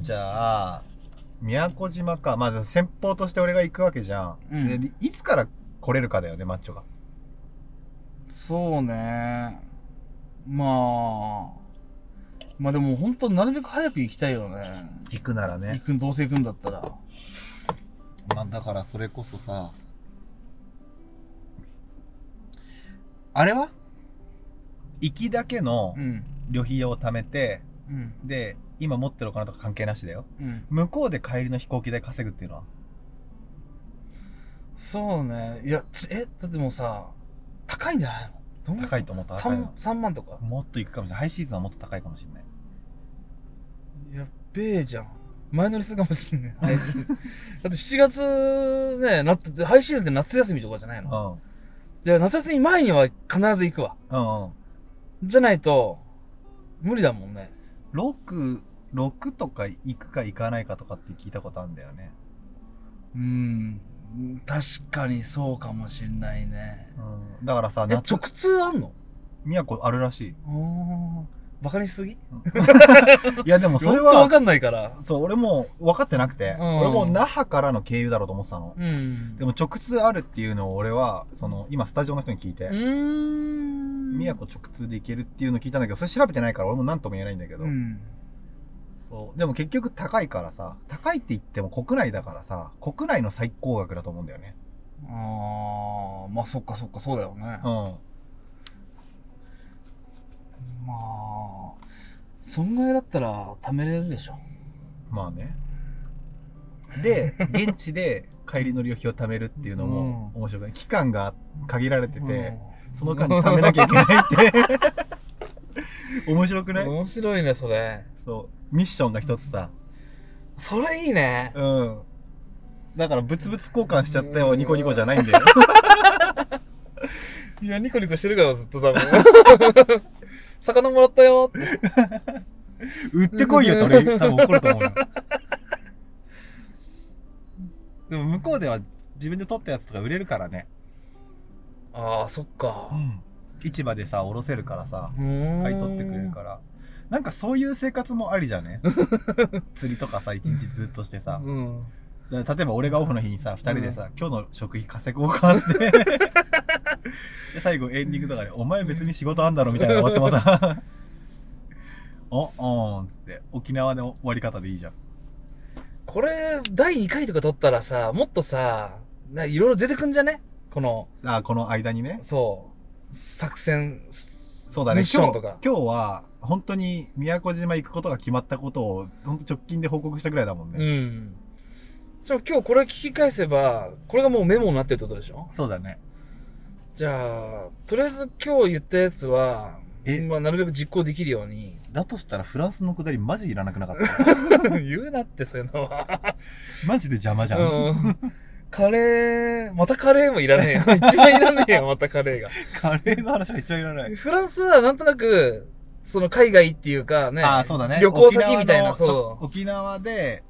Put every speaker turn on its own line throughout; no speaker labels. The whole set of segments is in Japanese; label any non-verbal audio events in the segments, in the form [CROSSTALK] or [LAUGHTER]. じゃあ、宮古島か。まず先方として俺が行くわけじゃん。
うん
でいつから来れるかだよね、マッチョが。
そうね。まあ。まあでも本当なるべく早く行きたいよね。
行くなら
行
ね。
くん、どうせ行くんだったら。
まあ、だからそれこそさ、あれは行きだけの
うん。
旅費を貯めて、
うん。
で、今持ってるお金とか関係なしだよ。
うん。
向こうで帰りの飛行機代稼ぐっていうのは。
そうね。いや、つえ、だってもうさ、高いんじゃないのどんぐら
高いと思ったら高い
3
の。、
三万とか。
もっと行くかもしれない。ハイシーズンはもっと高いかもしれない。
やっべえじゃん。前乗りするかも
[LAUGHS]
しれない。だって7月ね、なって、ハイシーズンって夏休みとかじゃないの
うん。
じゃあ夏休み前には必ず行くわ。
うんうん。
じゃないと、無理だもんね。
6、6とか行くか行かないかとかって聞いたことあるんだよね。
うん。確かにそうかもしんないね。
うん。だからさ、
え、
夏
直、通あんの
宮古あるらしい。
ああ。バカにしすぎ
いやでもそれ
よっとわ
は、
かんないから。
そう、俺も分かってなくて、
うん
俺も那覇からの経由だろうと思ってたの。
うん。
でも直通あるっていうのを俺は、その、今スタジオの人に聞いて
う、ーん。
宮古直通で行けるっていうの聞いたんだけど、それ調べてないから俺も何とも言えないんだけど、
うん。
そう。でも結局高いからさ、高いって言っても国内だからさ、国内の最高額だと思うんだよね。
ああ、まあそっかそっか、そうだよね。
うん。
まあ、そんぐらいだったら貯めれるでしょ。
まあね。で、現地で帰りの旅費を貯めるっていうのも
う
面白くない。期間が限られてて、
うん
その間に貯めなきゃいけないって。 [LAUGHS] 面白くない
[LAUGHS] 面白いね、それ。
そう。ミッションが一つさ。
それいいね。
うん。だから、ブツブツ交換しちゃったよ、ニコニコじゃないん [LAUGHS] だよ。
いや、ニコニコしてるからずっと多分。 [LAUGHS] 魚もらったよって。
売ってこいよって俺、多分怒ると思うよ。でも、向こうでは自分で取ったやつとか売れるからね。
ああ、そっか。
ん。市場でさ、おろせるからさ。買
買。
い取ってくれるかららなんかそういう生活もありじゃ
[LAUGHS]
ね釣りとかさ一日ずっとしてさ
うん。
だから例えば俺がオフの日にさ二人でさ、今日の食費稼ごうかってで
[LAUGHS]
最後エンディングとかで「お前別に仕事あんだろ」みたいなの終わっても
[LAUGHS]
さ「おおん」っつって沖縄の終わり方でいいじゃん
これ、第2回とか撮ったらさ、もっとさ、ないろいろ出てくんじゃねこの、
あこの間にね
そう、作戦、
そ
そう
だね
ミッショ
今
ン
日
とか。
今日は本当に宮古島行くことが決まったことを本当直近で報告したぐらいだもんね、
うん。じゃあ今日これ聞き返せば、これがもうメモになってるってことでしょ
そうだね
じゃあ、とりあえず今日言ったやつは、
え
まあ、なるべく実行できるように。 [LAUGHS]
だとしたらフランスのくだりマジいらなくなかった
言うなって、そういうのは。
マジで邪魔じゃん。
うん。カレー、またカレーもいらねえよ。一番いらねえよ、またカレーが。
カレーの話は一応いらない。
フランスはなんとなく、その海外っていうかね、
ああ、そうだね。
旅行先みたい
沖縄
な
の
そう
沖縄で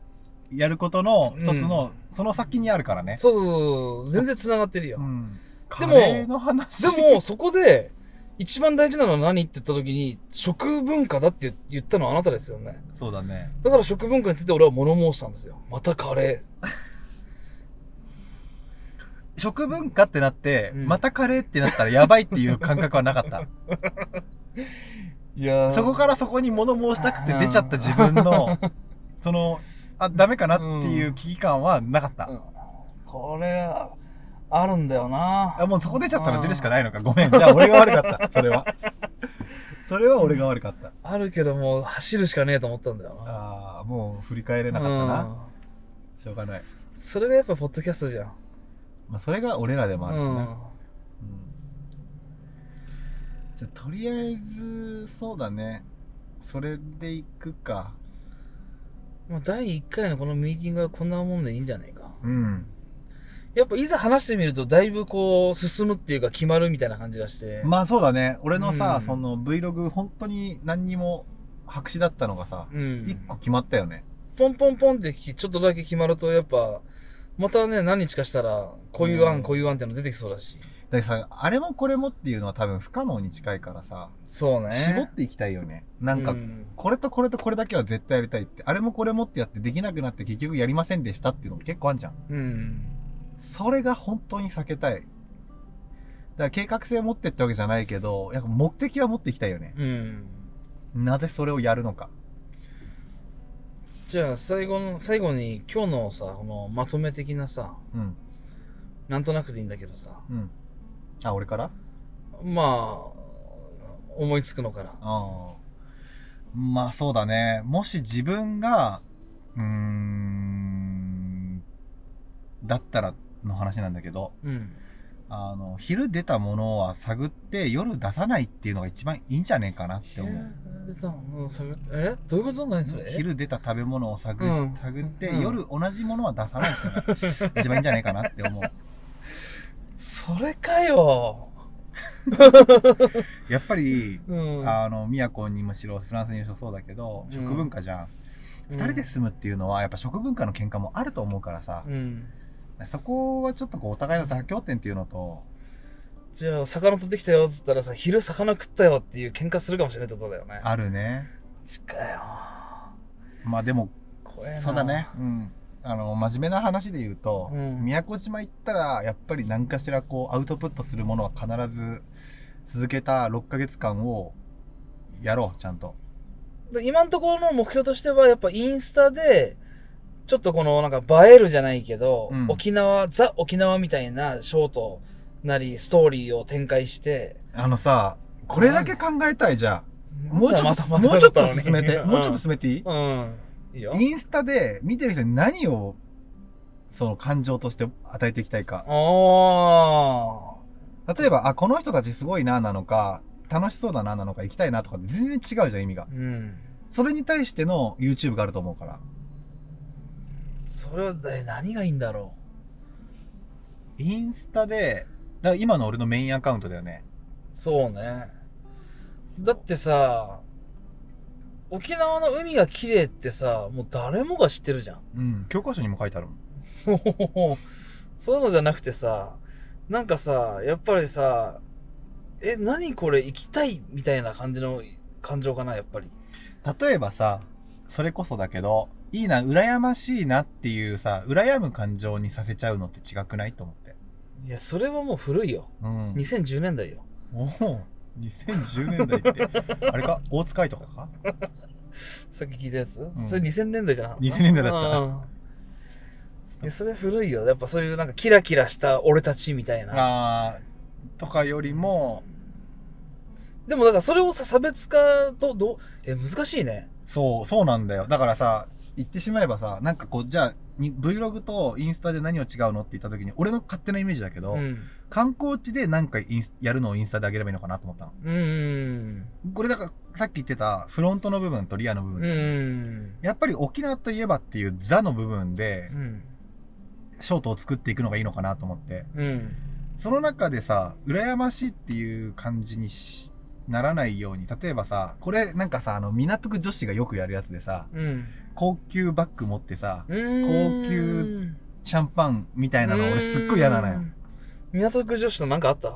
やることの一つの、その先にあるからね。
そうそうそう、全然繋がってるよ。
ん。カ
でも
レーの話。
でも、そこで、一番大事なのは何って言った時に、食文化だって言ったのはあなたですよね。
そうだね。
だから食文化について俺は物申したんですよ。またカレ
食文化ってなって、
うん
またカレーってなったらやばいっていう感覚はなか
[LAUGHS]
った。
ー。いや
そこからそこに物申したくて出ちゃった自分
[LAUGHS]
の、その、あ、ダメかなっていう危機感はなかった。
これは、あるんだよな
あ。もうそこ出ちゃったら出るしかないのか。ごめん。じゃあ俺が悪かった。それは。それは俺が悪かった。
あるけどもう走るしかねえと思ったんだよな。
ああ、もう振り返れなかったな。しょうがない。
うんそれがやっぱポッドキャストじゃん。
まあ、それが俺らでもあるしな。
う
うんんじゃあ、とりあえず、そうだね。それで行くか。
もう第1回のこのミーティングはこんなもんでいいんじゃないか。
うん。
やっぱいざ話してみるとだいぶこう進むっていうか決まるみたいな感じがして。
まあ、そうだね。俺のさ、
うん
その Vlog、本当に何にも白紙だったのがさ、
うん。
一個決まったよね。
ポンポンポンってきちょっとだけ決まるとやっぱまたね何日かしたらこういう案、
うん
こういう案っての出てきそうだし
だからさ、あれもこれもっていうのは多分不可能に近いからさ、
そうね。
絞っていきたいよね。なんか
う、ん
これとこれとこれだけは絶対やりたいって、あれもこれもってやってできなくなって結局やりませんでしたっていうのも結構あんじゃん。
うん。
それが本当に避けたい。だから計画性持ってってわけじゃないけど、やっぱ目的は持っていきたいよね。
うん。
なぜそれをやるのか。
じゃあ、最後の、最後に今日のさ、このまとめ的なさ、
うん。
なんとなくでいいんだけどさ、
うん。あ、俺から
まあ、思いつくのから。
ああ。まあそうだね。もし自分が、うーん、だったらの話なんだけど、
うん。
あの、昼出たものは探って夜出さないっていうのが一番いいんじゃねえかなって思う。
えー出たうん探ってえどういうこと何それ
昼出た食べ物を探,、
うん
探って、
うん
夜同じものは出さないっていうのが一番いいんじゃないかなって思う。 [LAUGHS]
それかよ。
やっぱり、
うん。
あの、宮古にもしろ、フランスにもしろそうだけど、
うん
食文化じゃん。
うん
二人で住むっていうのは、やっぱ食文化の喧嘩もあると思うからさ、
うん。
そこはちょっとこう、お互いの妥協点っていうのと、
じゃあ、魚取ってきたよっつったらさ、昼魚食ったよっていう喧嘩するかもしれないってことだよね。
あるね。
ちっかよ。
まあでも、
怖えな
そうだね。。うん。あの、真面目な話で言うと、
うん
宮古島行ったら、やっぱり何かしらこう、アウトプットするものは必ず、続けた6ヶ月間を、やろう、ちゃんと。
で今のところの目標としては、やっぱインスタで、ちょっとこのなんか映えるじゃないけど、
うん
沖縄、ザ沖縄みたいなショートなり、ストーリーを展開して、
あのさ、これだけ考えたいじゃん。もうちょ
ま
っと、
た
もうちょっと進めて、
うん
もうちょっと進めていい、
うん。いいよ。
インスタで見てる人に何を、その感情として与えていきたいか。
あ
例えば、あ、この人たちすごいな、なのか、楽しそうだな、なのか、行きたいなとかって全然違うじゃん、意味が
あ。。うん。
それに対しての YouTube があると思うから。
それは、え何がいいんだろ
インスタで、だから今の俺のメインアカウントだよね。
う。そうね。だってさ、沖縄の海が綺麗ってさ、もう誰もが知ってるじゃん。 [LAUGHS]
うん。教科書にも書いてあるもん。
ほほほほそういうのじゃなくてさ、なんかさ、やっぱりさ、え、何これ行きたいみたいな感じの感情かな、やっぱり。
例えばさ、それこそだけど、いいな、羨ましいなっていうさ、羨む感情にさせちゃうのって違くないと思って。
いや、それはもう古いよ。
うん。
2010年代よ。
おお、2010年代って、あれか、大塚愛とかか
さっき聞いたやつ、
ん
それ2000年代じゃなかった
2000年代だった
った。いや、それ古いよ。やっぱそういうなんかキラキラした俺たちみたいな。
あーとかよりも、
でもだからそれをさ、差別化と、どう、え、難しいね。
そう、そうなんだよ。だからさ、言ってしまえばさ、なんかこう、じゃあ、に Vlog とインスタで何を違うのって言った時に、俺の勝手なイメージだけど、
うん。
観光地でなんかインスやるのをインスタであげればいいのかなと思ったの。
うんうん
これだから、さっき言ってたフロントの部分とリアの部
う
分。
ん。うん。
やっぱり沖縄といえばっていう座の部分で
う、ん。
ショートを作っていくのがいいのかなと思って。
うん。
その中でさ、羨ましいっていう感じにしならないように、例えばさ、これなんかさ、あの、港区女子がよくやるやつでさ、
うん。
高級バッグ持ってさ、
高
高級シャンパンみたいなの俺すっごい嫌なのよ。。
港区女子のなんかあった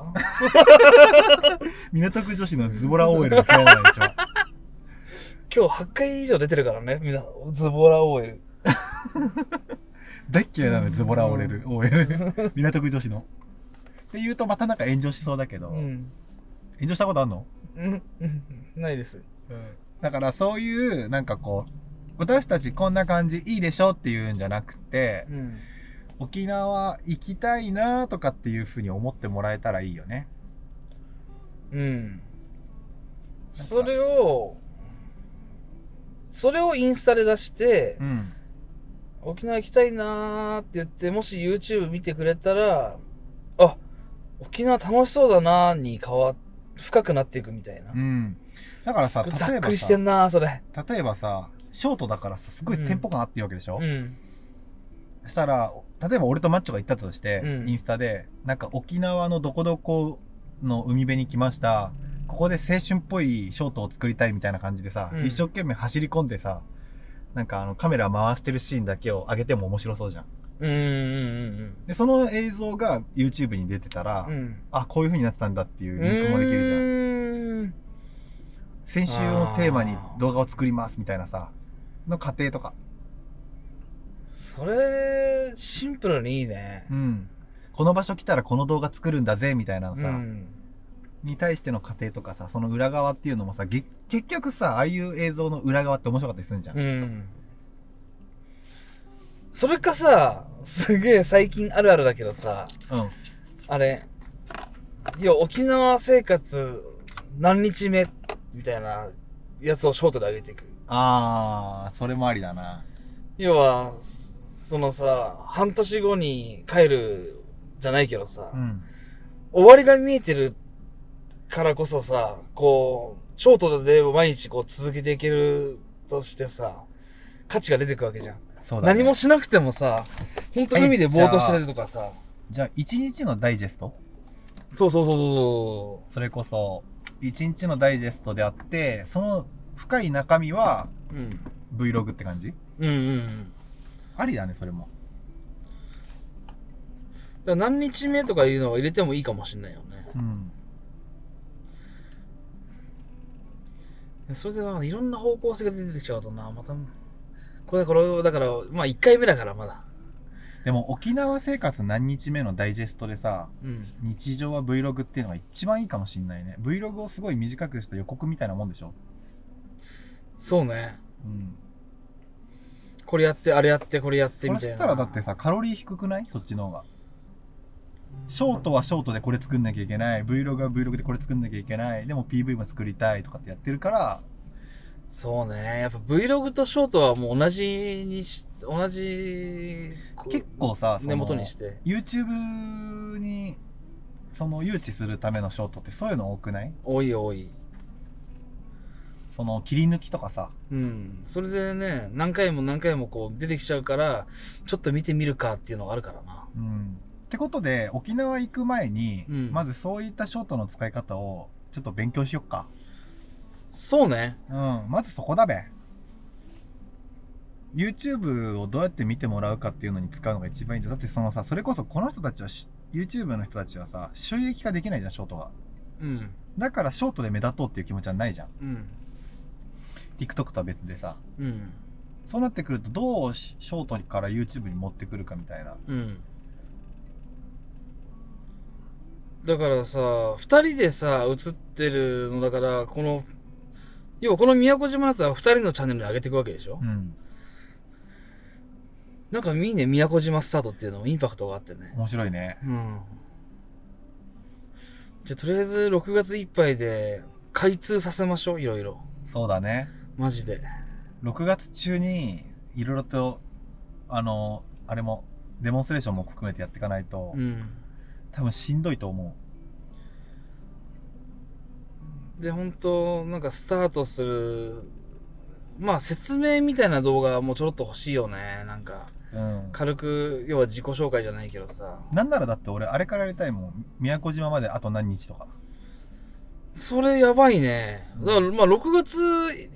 港区女子のズボラ OL が嫌いなの一番。
今日8回以上出てるからね、みんな、ズボラ OL。
大っ嫌いなのよズボラ OL。OL [LAUGHS] 港区女子の。って言うとまたなんか炎上しそうだけど、
うん。
炎上したことあんの
うん。うんないです。
だからそういう、なんかこう、私たちこんな感じいいでしょっていうんじゃなくて、
うん。
沖縄行きたいなとかっていうふうに思ってもらえたらいいよね。
うん。それを、それをインスタで出して
う、ん。
沖縄行きたいなーって言って、もし YouTube 見てくれたら、あ、沖縄楽しそうだなーに変わ、深くなっていくみたいな
う。ん。だからさ、
ざ
例
っ
え
く
ば
りして
さ、
んなー、それ。
例えばさ、ショートだからさ、すごいテンポ感あってるわけでしょ、
うん。
したら、例えば俺とマッチョが行ったとして、
うん
インスタで、なんか沖縄のどこどこの海辺に来ました。ここで青春っぽいショートを作りたいみたいな感じでさ、
うん
一生懸命走り込んでさ、なんかあのカメラ回してるシーンだけを上げても面白そうじゃん。
うんうん
でその映像が YouTube に出てたら、
うんうんうん
あこういう風になってたんだっていううんリンクもできるじゃん
ん
先週のテーマに動画を作りますみたいなさの過程とか
それシンプルにいいね
うんこの場所来たらこの動画作るんだぜみたいなのさ、
うん
に対しての過程とかさその裏側っていうのもさげ結局さああいう映像の裏側って面白かったりするんじゃん、
うんそれかさすげえ最近あるあるだけどさ
うん、
あれいや沖縄生活何日目みたいなやつをショートで上げていく
あーそれもありだな
要はそのさ半年後に帰るじゃないけどさ、
うん
終わりが見えてるからこそさ、こう、ショートで毎日こう続けていけるとしてさ、価値が出てくるわけじゃん。
そうだ、ね、
何もしなくてもさ、ほんと海でぼーっとしてたりとかさ、
じゃあ1日のダイジェスト
そうそうそうそ
それこそ1日のダイジェストであってその深い中身は
う。うん。
Vlog って感じ
うんうんうん。
ありだねそれも
だから何日目とかいうのは入れてもいいかもしんないよね。
うん
それでなんかいろんな方向性が出てきちゃうとな、また、これ、これ、だから、まあ1回目だからまだ。
でも沖縄生活何日目のダイジェストでさ
うん。
日常は Vlog っていうのが一番いいかもしんないね Vlog をすごい短くした予告みたいなもんでしょ
そうね。
うん
これやって、あれやって、これやって
そ
み
れ
たい
し
な。
たらだってさカロリー低くないそっちの方がショートはショートでこれ作んなきゃいけない Vlog は Vlog でこれ作んなきゃいけないでも PV も作りたいとかってやってるから
そうね。やっぱ Vlog とショートはもう同じにし、同じ、
結構さそ
根
の
元にして。
YouTube にその誘致するためのショートってそういうの多くない
多い多い。
その切り抜きとかさ
うん。それでね、何回も何回もこう出てきちゃうから、ちょっと見てみるかっていうのがあるからな。
うんってことで沖縄行く前に、
うん
まずそういったショートの使い方をちょっと勉強しよっか
そうね。
うんまずそこだべ YouTube をどうやって見てもらうかっていうのに使うのが一番いいんじゃんだってそのさそれこそこの人たちはし YouTube の人たちはさ収益化できないじゃんショートが
うん。
だからショートで目立とうっていう気持ちはないじゃん
うん。
TikTok とは別でさ
うん。
そうなってくるとどうショートから YouTube に持ってくるかみたいな
うん。だからさ、二人でさ、映ってるのだから、この、要はこの宮古島のやつは二人のチャンネルに上げていくわけでしょ、
うん
なんかいいね、宮古島スタートっていうのもインパクトがあってね。
面白いね
うん。じゃあ、とりあえず6月いっぱいで開通させましょう、いろいろ。
そうだね
マジで。
6月中にいろいろとあのあれもデモンストレーションも含めてやっていかないと、
うん。
多分しんどいと思
で、本当なんかスタートする、まあ説明みたいな動画もちょろっと欲しいよね。なんか、
ううん
軽く、要は自己紹介じゃないけどさ。
なんならだって俺あれからやりたいもん宮古島まであと何日とか
それやばいね。だから、まあ6月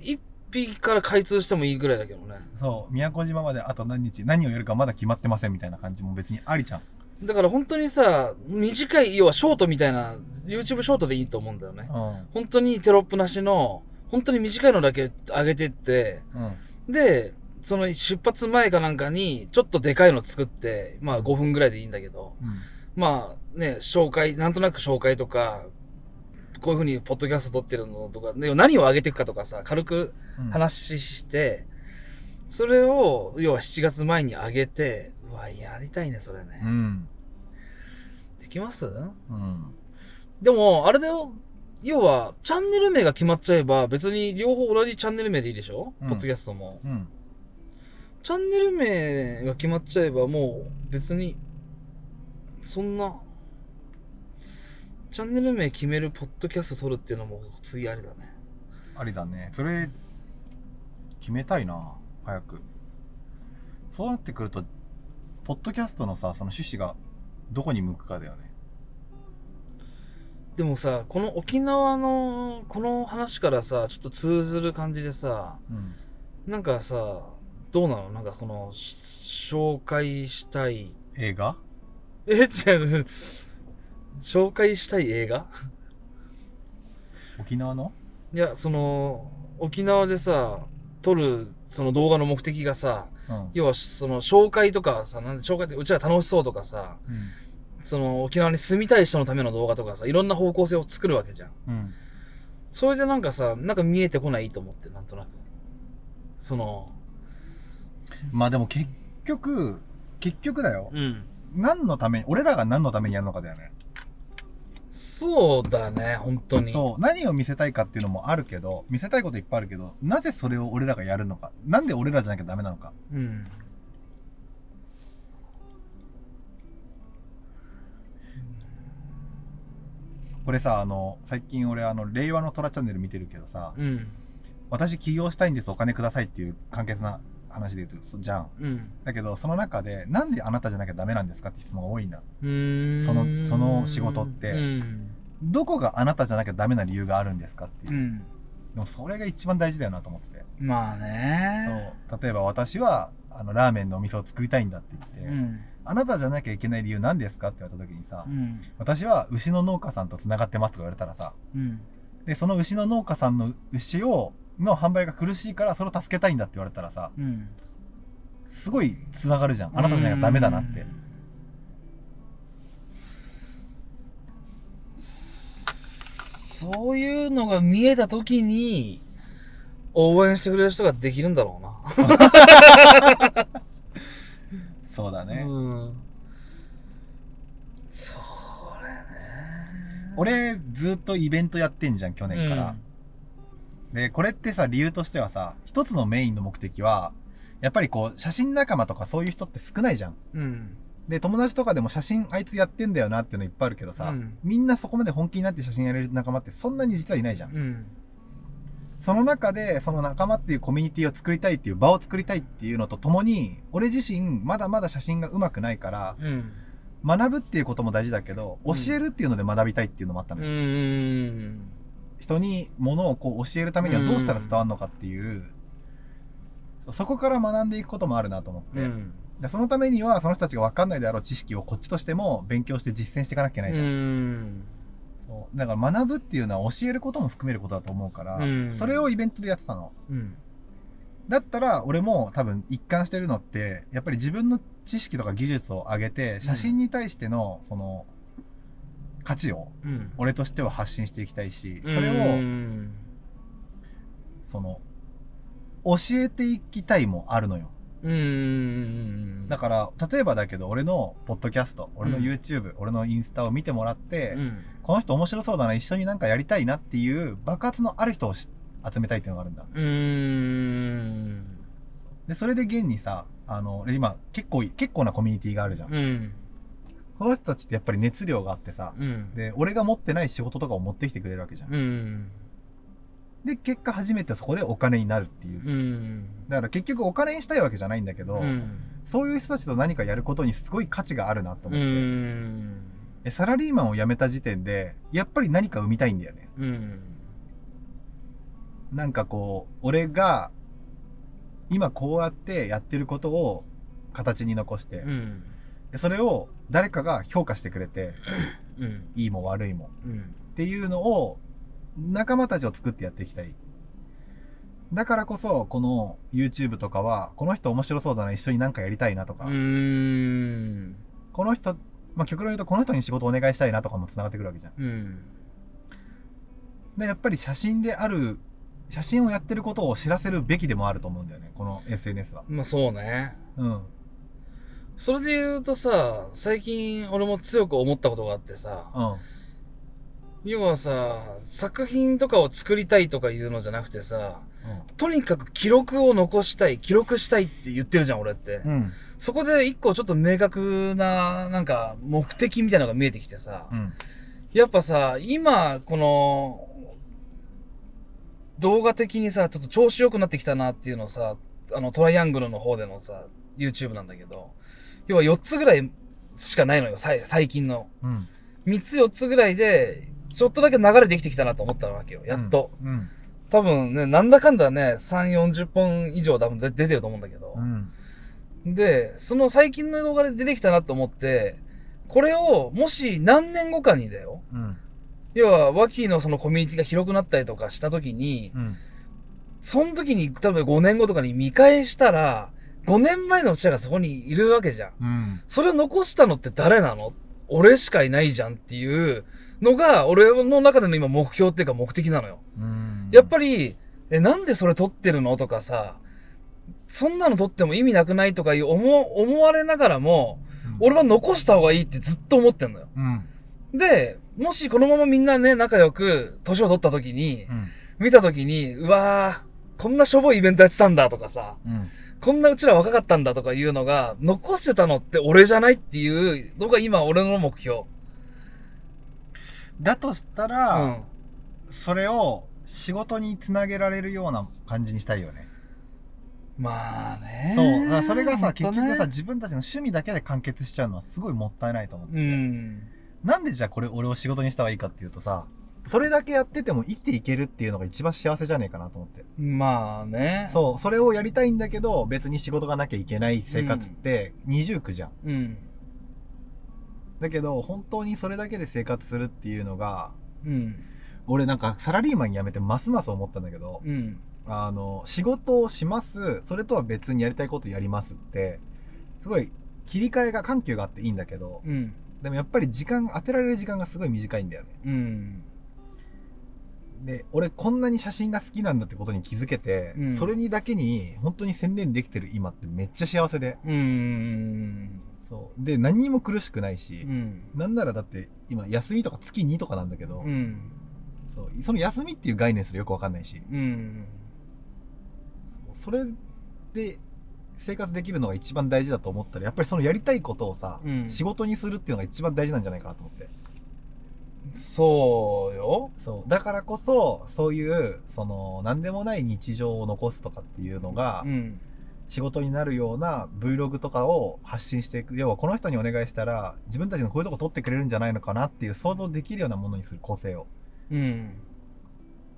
1日から開通してもいいぐらいだけどね。
そう宮古島まであと何日何をやるかまだ決まってませんみたいな感じも別にありちゃん
だから本当にさ、短い、要はショートみたいな、YouTube ショートでいいと思うんだよね。
う
本当にテロップなしの、本当に短いのだけ上げてって、
んうん
で、その出発前かなんかに、ちょっとでかいの作って、まあ5分ぐらいでいいんだけど、
うん
まあね、紹介、なんとなく紹介とか、こういうふうにポッドキャスト撮ってるのとか、で何を上げていくかとかさ、軽く
うん
話して、それを、要は7月前に上げて、うわ、やりたいね、それね。
うん
できます
うん
でも、あれだよ。要は、チャンネル名が決まっちゃえば、別に両方同じチャンネル名でいいでしょ、
うん
ポッドキャストも。
うん
チャンネル名が決まっちゃえば、もう別に、そんな、チャンネル名決めるポッドキャスト撮るっていうのも次ありだね。
ありだねそれ決めたいな早くそうなってくるとポッドキャストのさその趣旨がどこに向くかだよね
でもさ、この沖縄の、この話からさ、ちょっと通ずる感じでさ、
うん
なんかさ、どうなのなんかこの、し紹介したい。
映画
え、違う。紹介したい映画
沖縄の
いや、その、沖縄でさ、撮る、その動画の目的がさ、
うん。
要は、その、紹介とかさ、なんで、紹介って、うちら楽しそうとかさ、
うん。
その、沖縄に住みたい人のための動画とかさ、いろんな方向性を作るわけじゃん。
うん。
それでなんかさ、なんか見えてこないと思って、なんとなく。その、
まあでも結局、結局だよ。
うん。
何のために、俺らが何のためにやるのかだよね。
そうだね、本当に。
そう。何を見せたいかっていうのもあるけど、見せたいこといっぱいあるけど、なぜそれを俺らがやるのか。なんで俺らじゃなきゃダメなのか。
う。うん。
これさ、あの、最近俺あの、令和の虎チャンネル見てるけどさ、
うん。
私起業したいんですお金くださいっていう簡潔な話で言うと、そじゃん。
うん。
だけど、その中で、なんであなたじゃなきゃダメなんですかって質問が多いんだ。
うーん
そのその仕事って
うん。
どこがあなたじゃなきゃダメな理由があるんですかっていう
う。ん。
でもそれが一番大事だよなと思ってて。
まあね。
そう。例えば私は、あの、ラーメンのお店を作りたいんだって言って、
うん。
あなたじゃなきゃいけない理由何ですかって言われた時にさ、
うん。
私は牛の農家さんと繋がってますとか言われたらさ、
うん。
で、その牛の農家さんの牛を、の販売が苦しいからそれを助けたいんだって言われたらさ、
うん。
すごい繋がるじゃん。あなたじゃなきゃダメだなって。
そういうのが見えたときに、応援してくれる人ができるんだろう
そうだ
な。
ね。
うん。そ
俺、ずっとイベントやってんじゃん、去
う
年から。で、これってさ、理由としてはさ、一つのメインの目的は、やっぱりこう、写真仲間とかそういう人って少ないじゃん。
ん。うん。
で、友達とかでも写真あいつやってんだよなっていうのいっぱいあるけどさ、
うん
みんなそこまで本気になって写真やれる仲間ってそんなに実はいないじゃん。
うん。
その中で、その仲間っていうコミュニティを作りたいっていう場を作りたいっていうのとともに、俺自身まだまだ写真が上手くないから、
うん。
学ぶっていうことも大事だけど、
うん
教えるっていうので学びたいっていうのもあった
う
のよ。
ん。
人に物をこう教えるためにはどうしたら伝わるのかっていう、そうそこから学んでいくこともあるなと思って、
うん。
でそのためにはその人たちが分かんないであろう知識をこっちとしても勉強して実践していかなきゃいけないじゃん、
うん。
そうだから学ぶっていうのは教えることも含めることだと思うから、
うん
それをイベントでやってたの
うん。
だったら俺も多分一貫してるのってやっぱり自分の知識とか技術を上げて写真に対してのその価値を
うん。
俺としては発信していきたいしそれを、
うん
その、教えていきたいもあるのよ。
うん。
だ
か
から、例えばだけど、俺のポッドキャスト、俺の YouTube、俺のインスタを見てもらって、
うん。
この人面白そうだな、一緒になんかやりたいなっていう爆発のある人をし集めたいっていうのがあるんだ。
うん。
で、それで現にさ、あの、俺今、結構い、結構なコミュニティがあるじゃん。
うん。
その人たちってやっぱり熱量があってさ、
うん。
で、俺が持ってない仕事とかを持ってきてくれるわけじゃん。
うん。
で、結果初めてそこでお金になるっていう。
うん。
だから結局お金にしたいわけじゃないんだけど、
うん。
そういう人たちと何かやることにすごい価値があるなと思って。
うん。
えサラリーマンを辞めた時点で、やっぱり何か生みたいんだよね。
うん。
なんかこう、俺が、今こうやってやってることを形に残して、
うん。
でそれを誰かが評価してくれて、
うん。
いいも悪いも
うん。
っていうのを、仲間たちを作ってやっていきたい。だからこそ、この YouTube とかは、この人面白そうだな、一緒になんかやりたいなとか、
うん。
この人、まあ、極論言うとこの人に仕事お願いしたいなとかも繋がってくるわけじゃん。
うん。
でやっぱり写真である写真をやってることを知らせるべきでもあると思うんだよねこの SNS は
まあそうね。
うん
それで言うとさ、最近俺も強く思ったことがあってさ、
うん
要はさ、作品とかを作りたいとかいうのじゃなくてさ、とにかく記録を残したい、記録したいって言ってるじゃん、俺って。
うんうん
そこで一個ちょっと明確な、なんか、目的みたいなのが見えてきてさ、
うん
やっぱさ、今、この、動画的にさ、ちょっと調子良くなってきたなっていうのをさ、あの、トライアングルの方でのさ、YouTube なんだけど、要は4つぐらいしかないのよ、さい最近の。
うん
3つ4つぐらいで、ちょっとだけ流れできてきたなと思ったわけよ、やっと。
うん
多分ね、なんだかんだね、3、40本以上多分出出てると思うんだけど
う。ん。
で、その最近の動画で出てきたなと思って、これをもし何年後かにだよ。
うん。
要は、ワキのそのコミュニティが広くなったりとかした時に、
うん。
その時に多分5年後とかに見返したら、5年前のうちらがそこにいるわけじゃん。
うん。
それを残したのって誰なの俺しかいないじゃんっていうのが、俺の中での今目標っていうか目的なのよ。
うん。
やっぱり、え、なんでそれ撮ってるのとかさ、そんなの撮っても意味なくないとかいう思、思われながらも、俺は残した方がいいってずっと思ってんのよ。
うん。うん。
で、もしこのままみんなね、仲良く、年を取った時に
う、ん。
見た時に、うわー、こんなしょぼいイベントやってたんだとかさ、
うん。
こんなうちら若かったんだとかいうのが、残してたのって俺じゃないっていうのが今俺の目標。
だとした
う
ら、
ん。
それを仕事につなげられるような感じにしたいよね。
まあね。
そう。だからそれがさ、結
本当ね
局さ、自分たちの趣味だけで完結しちゃうのはすごいもったいないと思って
う
て。
ん。
なんでじゃあこれ俺を仕事にした方がいいかっていうとさ、それだけやってても生きていけるっていうのが一番幸せじゃねえかなと思って。
まあね。
そう、それをやりたいんだけど、別に仕事がなきゃいけない生活って二重苦じゃん。
う。うん。
だけど、本当にそれだけで生活するっていうのが、
うん。
俺なんかサラリーマン辞めてますます思ったんだけど、
うん。
あの、仕事をします、それとは別にやりたいことやりますって、すごい切り替えが緩急があっていいんだけど、
うん。
でもやっぱり時間、当てられる時間がすごい短いんだよね。
うん。
で、俺こんなに写真が好きなんだってことに気づけて、
うん
それにだけに本当に専念できてる今ってめっちゃ幸せで。
うん。
そう。で、何にも苦しくないし、
うん。
なんならだって今休みとか月2とかなんだけど、
うん。
そうその休みっていう概念すらよくわかんないし、
うん。
それで生活できるのが一番大事だと思ったら、やっぱりそのやりたいことをさ、
うん
仕事にするっていうのが一番大事なんじゃないかなと思って。
そうよ。
そう。だからこそ、そういう、その、なんでもない日常を残すとかっていうのが、
うん。
仕事になるような Vlog とかを発信していく。要は、この人にお願いしたら、自分たちのこういうとこ撮ってくれるんじゃないのかなっていう想像できるようなものにする構成を。
うん。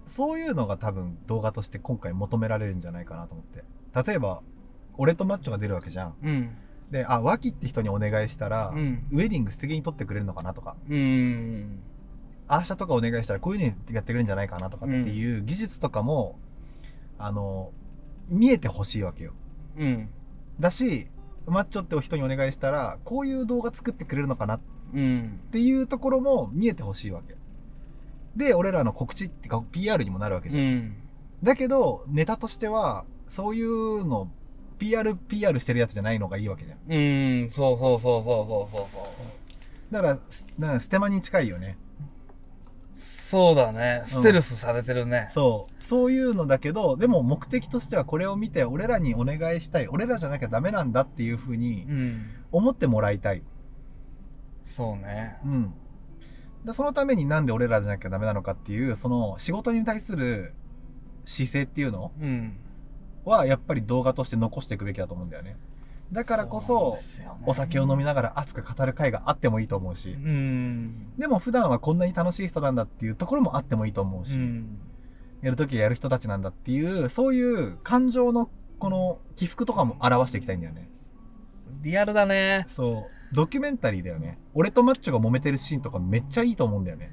そういうのが多分動画として今回求められるんじゃないかなと思って。例えば、俺とマッチョが出るわけじゃん。
うん。
で、あ、ワキって人にお願いしたら、
うん。
ウェディング素敵に撮ってくれるのかなとか、
うん。
アーシャとかお願いしたらこういう風にやってくれるんじゃないかなとかっていう技術とかも、あの、見えてほしいわけよ。
うん。
だし、マッチョってお人にお願いしたら、こういう動画作ってくれるのかなっ
うん。
ていうところも見えてほしいわけ。で、俺らの告知ってか PR にもなるわけじゃん
うん。
だけど、ネタとしては、そういうの、PR、PR してるやつじゃないのがいいわけじゃん。
うん。そうそうそうそうそうそうそう。
だから、すだからステマに近いよね。
そうだね。ステルスされてるね。
そう。そういうのだけど、でも目的としてはこれを見て、俺らにお願いしたい。俺らじゃなきゃダメなんだっていうふうに
うん。
思ってもらいたい。
そうね。
うん。だそのためになんで俺らじゃなきゃダメなのかっていう、その仕事に対する姿勢っていうの
うん。
は、やっぱり動画として残していくべきだと思うんだよね。だ
だ
からこそ、お酒を飲みながら熱く語る会があってもいいと思うし、
うん。
でも普段はこんなに楽しい人なんだっていうところもあってもいいと思う
う
し、
ん。
やるときはやる人たちなんだっていう、そういう感情のこの起伏とかも表していきたいんだよね。
リアルだね。
そう。ドキュメンタリーだよね。俺とマッチョが揉めてるシーンとかめっちゃいいと思うんだよね。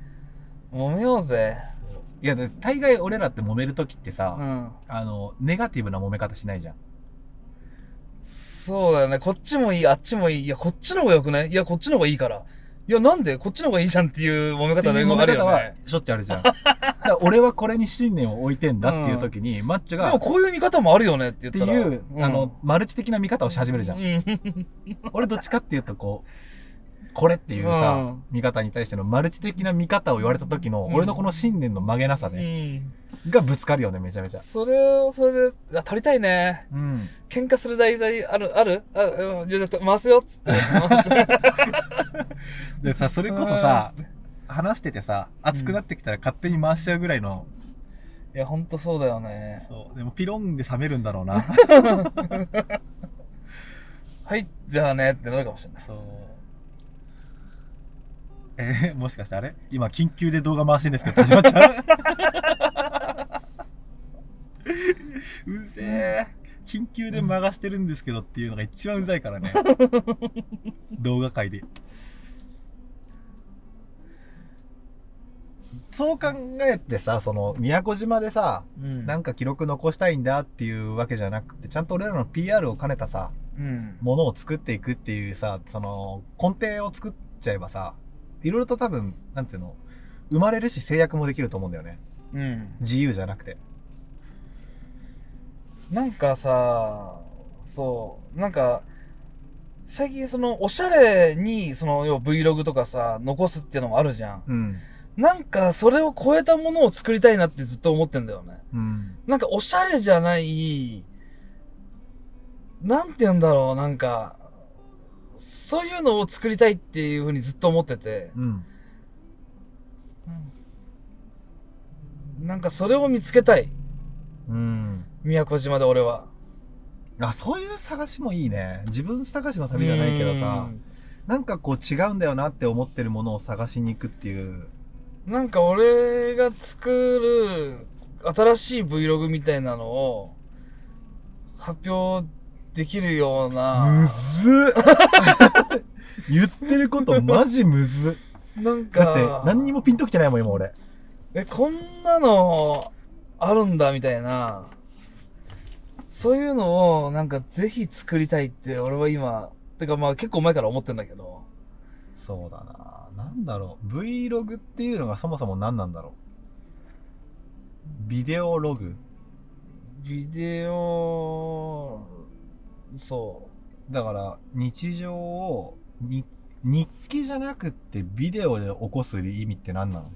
揉めようぜ。
いや、で大概俺らって揉めるときってさ、
うん。
あの、ネガティブな揉め方しないじゃん。
そうだよね。こっちもいい、あっちもいい。いや、こっちの方が良くないいや、こっちの方がいいから。いや、なんでこっちの方がいいじゃんっていう揉め
ってい
方
う
ね、
揉
ある
め方
よ
は
ね。
しょっちゅうあるじゃん。だ [LAUGHS] から俺はこれに信念を置いてんだっていうときに、マッチョ
で
が、
も
っ
こういう見方もあるよねって言ってたら。
いう、
ん
あの、、マルチ的な見方をし始めるじゃん
う。ん。
俺どっちかっていうとこう、これっていうさ、
うん
見方に対してのマルチ的な見方を言われた時の、
うん
俺のこの信念の曲げなさ
う
ね、
ん。
がぶつかるよね、めちゃめちゃ。
それを、それで、あ、取りたいね。
うん。
喧嘩する題材あるあるあ、うん、じゃあちょっと回すよっ
[LAUGHS]
つって。
でさ、それこそさ、話しててさ、熱くなってきたら勝手に回しちゃうぐらいの、
いや、ほんとそうだよね。
そう、でもピロンで冷めるんだろうな。
はい、じゃあねってなるかもしれない。
そう。 [LAUGHS] えーもしかしてあれ今緊急で動画回してんですけど、始まっちゃう [LAUGHS] うぜえ緊急で回してるんですけどっていうのが一番うざいからね動画界でそう考えてさその宮古島でさ
うん
なんか記録残したいんだっていうわけじゃなくてちゃんと俺らの PR を兼ねたさ
うん
ものを作っていくっていうさその根底を作っちゃえばさいろいろと多分なんていうの生まれるし制約もできると思うんだよね
うん
自由じゃなくて
なんかさ、そう、なんか、最近その、おしゃれに、その、要は Vlog とかさ、残すっていうのもあるじゃん。
うん
なんか、それを超えたものを作りたいなってずっと思ってんだよね。
うん
なんか、おしゃれじゃない、なんて言うんだろう、なんか、そういうのを作りたいっていうふうにずっと思ってて、
うん
なんか、それを見つけたい。
うん
宮古島で俺は。
あそういう探しもいいね自分探しの旅じゃないけどさ
うん
なんかこう違うんだよなって思ってるものを探しに行くっていう
なんか俺が作る新しい Vlog みたいなのを発表できるよう
む
な、
ずっ
[LAUGHS]
言ってることマジむずっ
なんか、
だって何にもピンときてないもん今俺
え、こんなのあるんだみたいな、そういうのをなんかぜひ作りたいって俺は今、てかまあ結構前から思ってんだけど、
そうだななんだろう Vlog っていうのがそもそも何なんだろうビデオログ
ビデオ、そ
だから日常をに日記じゃなくってビデオで起こす意味って何なの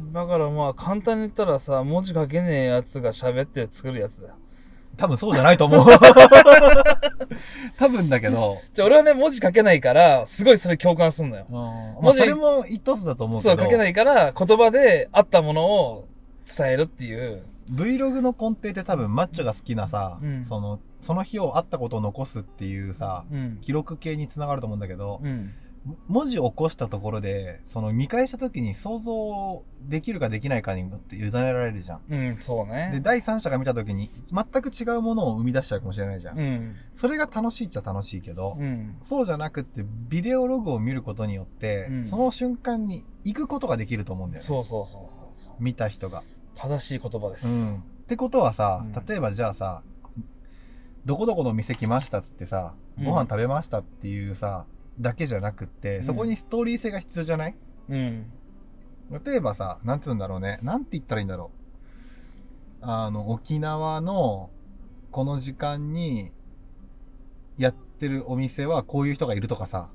う。だからまあ簡単に言ったらさ、文字書けねえやつが喋って作るやつだよ。
多分そうじゃないと
[LAUGHS]
思う多分だけど、
じゃあ俺はね、文字書けないから、すごいそれ共感すんのよ。
ま
も
あ、
し
それも一つだと思うけ
そう、
ど
書けないから、言葉であったものを伝えるっていう。
Vlog の根底って多分マッチョが好きなさ、
うん
そのその日をあったことを残すっていうさ
うん。
記録系につながると思うんだけど、
うん。
文字を起こしたところでその見返した時に想像できるかできないかによって委ねられるじゃん。
うん、そう
で
ね。
第三者が見た時に全く違うものを生み出しちゃうかもしれないじゃん。
うん。
それが楽しいっちゃ楽しいけど、
うん。
そうじゃなくってビデオログを見ることによって、
うん
その瞬間に行くことができると思うんだよね。
そうそうそうそうそう。
見た人が。
正しい言葉です。
うん、ってことはさ、
うん
例えばじゃあさどこどこの店来ましたっつってさ
うん
ご飯食べましたっていうさ、だけじゃなくって、
うん
そこにストーリー性が必要じゃない
うん。
例えばさ、なんつうんだろうね。なんて言ったらいいんだろう。あの、沖縄のこの時間にやってるお店はこういう人がいるとかさ、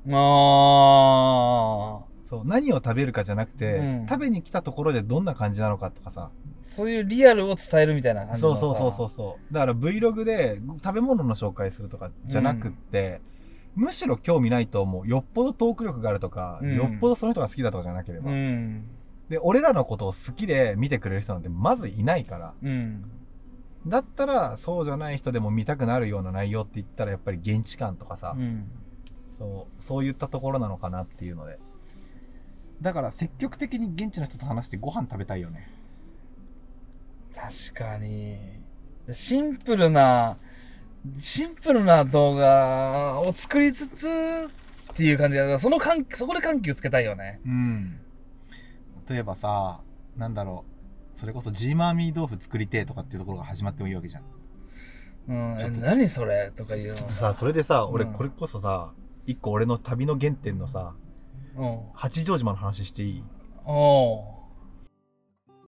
あー。
そう、何を食べるかじゃなくて、
うん
食べに来たところでどんな感じなのかとかさ、
そういうリアルを伝えるみたいな感じ
そ
の
う
さ
そうそうそうそう。だから Vlog で食べ物の紹介するとかじゃなくって、むしろ興味ないと思う。よっぽどトーク力があるとか、
うん
よっぽどその人が好きだとかじゃなければ。
うん。
で、俺らのことを好きで見てくれる人なんてまずいないから、
うん。
だったらそうじゃない人でも見たくなるような内容って言ったらやっぱり現地感とかさ、
うん。
そうそういったところなのかなっていうのでだから積極的に現地の人と話してご飯食べたいよね
確かに。シンプルな、シンプルな動画を作りつつっていう感じが、その緩そこで緩急つけたいよね。
うん例えばさなんだろうそれこそジーマーミー豆腐作りてえとかっていうところが始まってもいいわけじゃん
うん。
ちょ
え
っと
何それとか言うの。
さそれでさ俺
うん
これこそさ一個俺の旅の原点のさ
うん。
八丈島の話していい
おう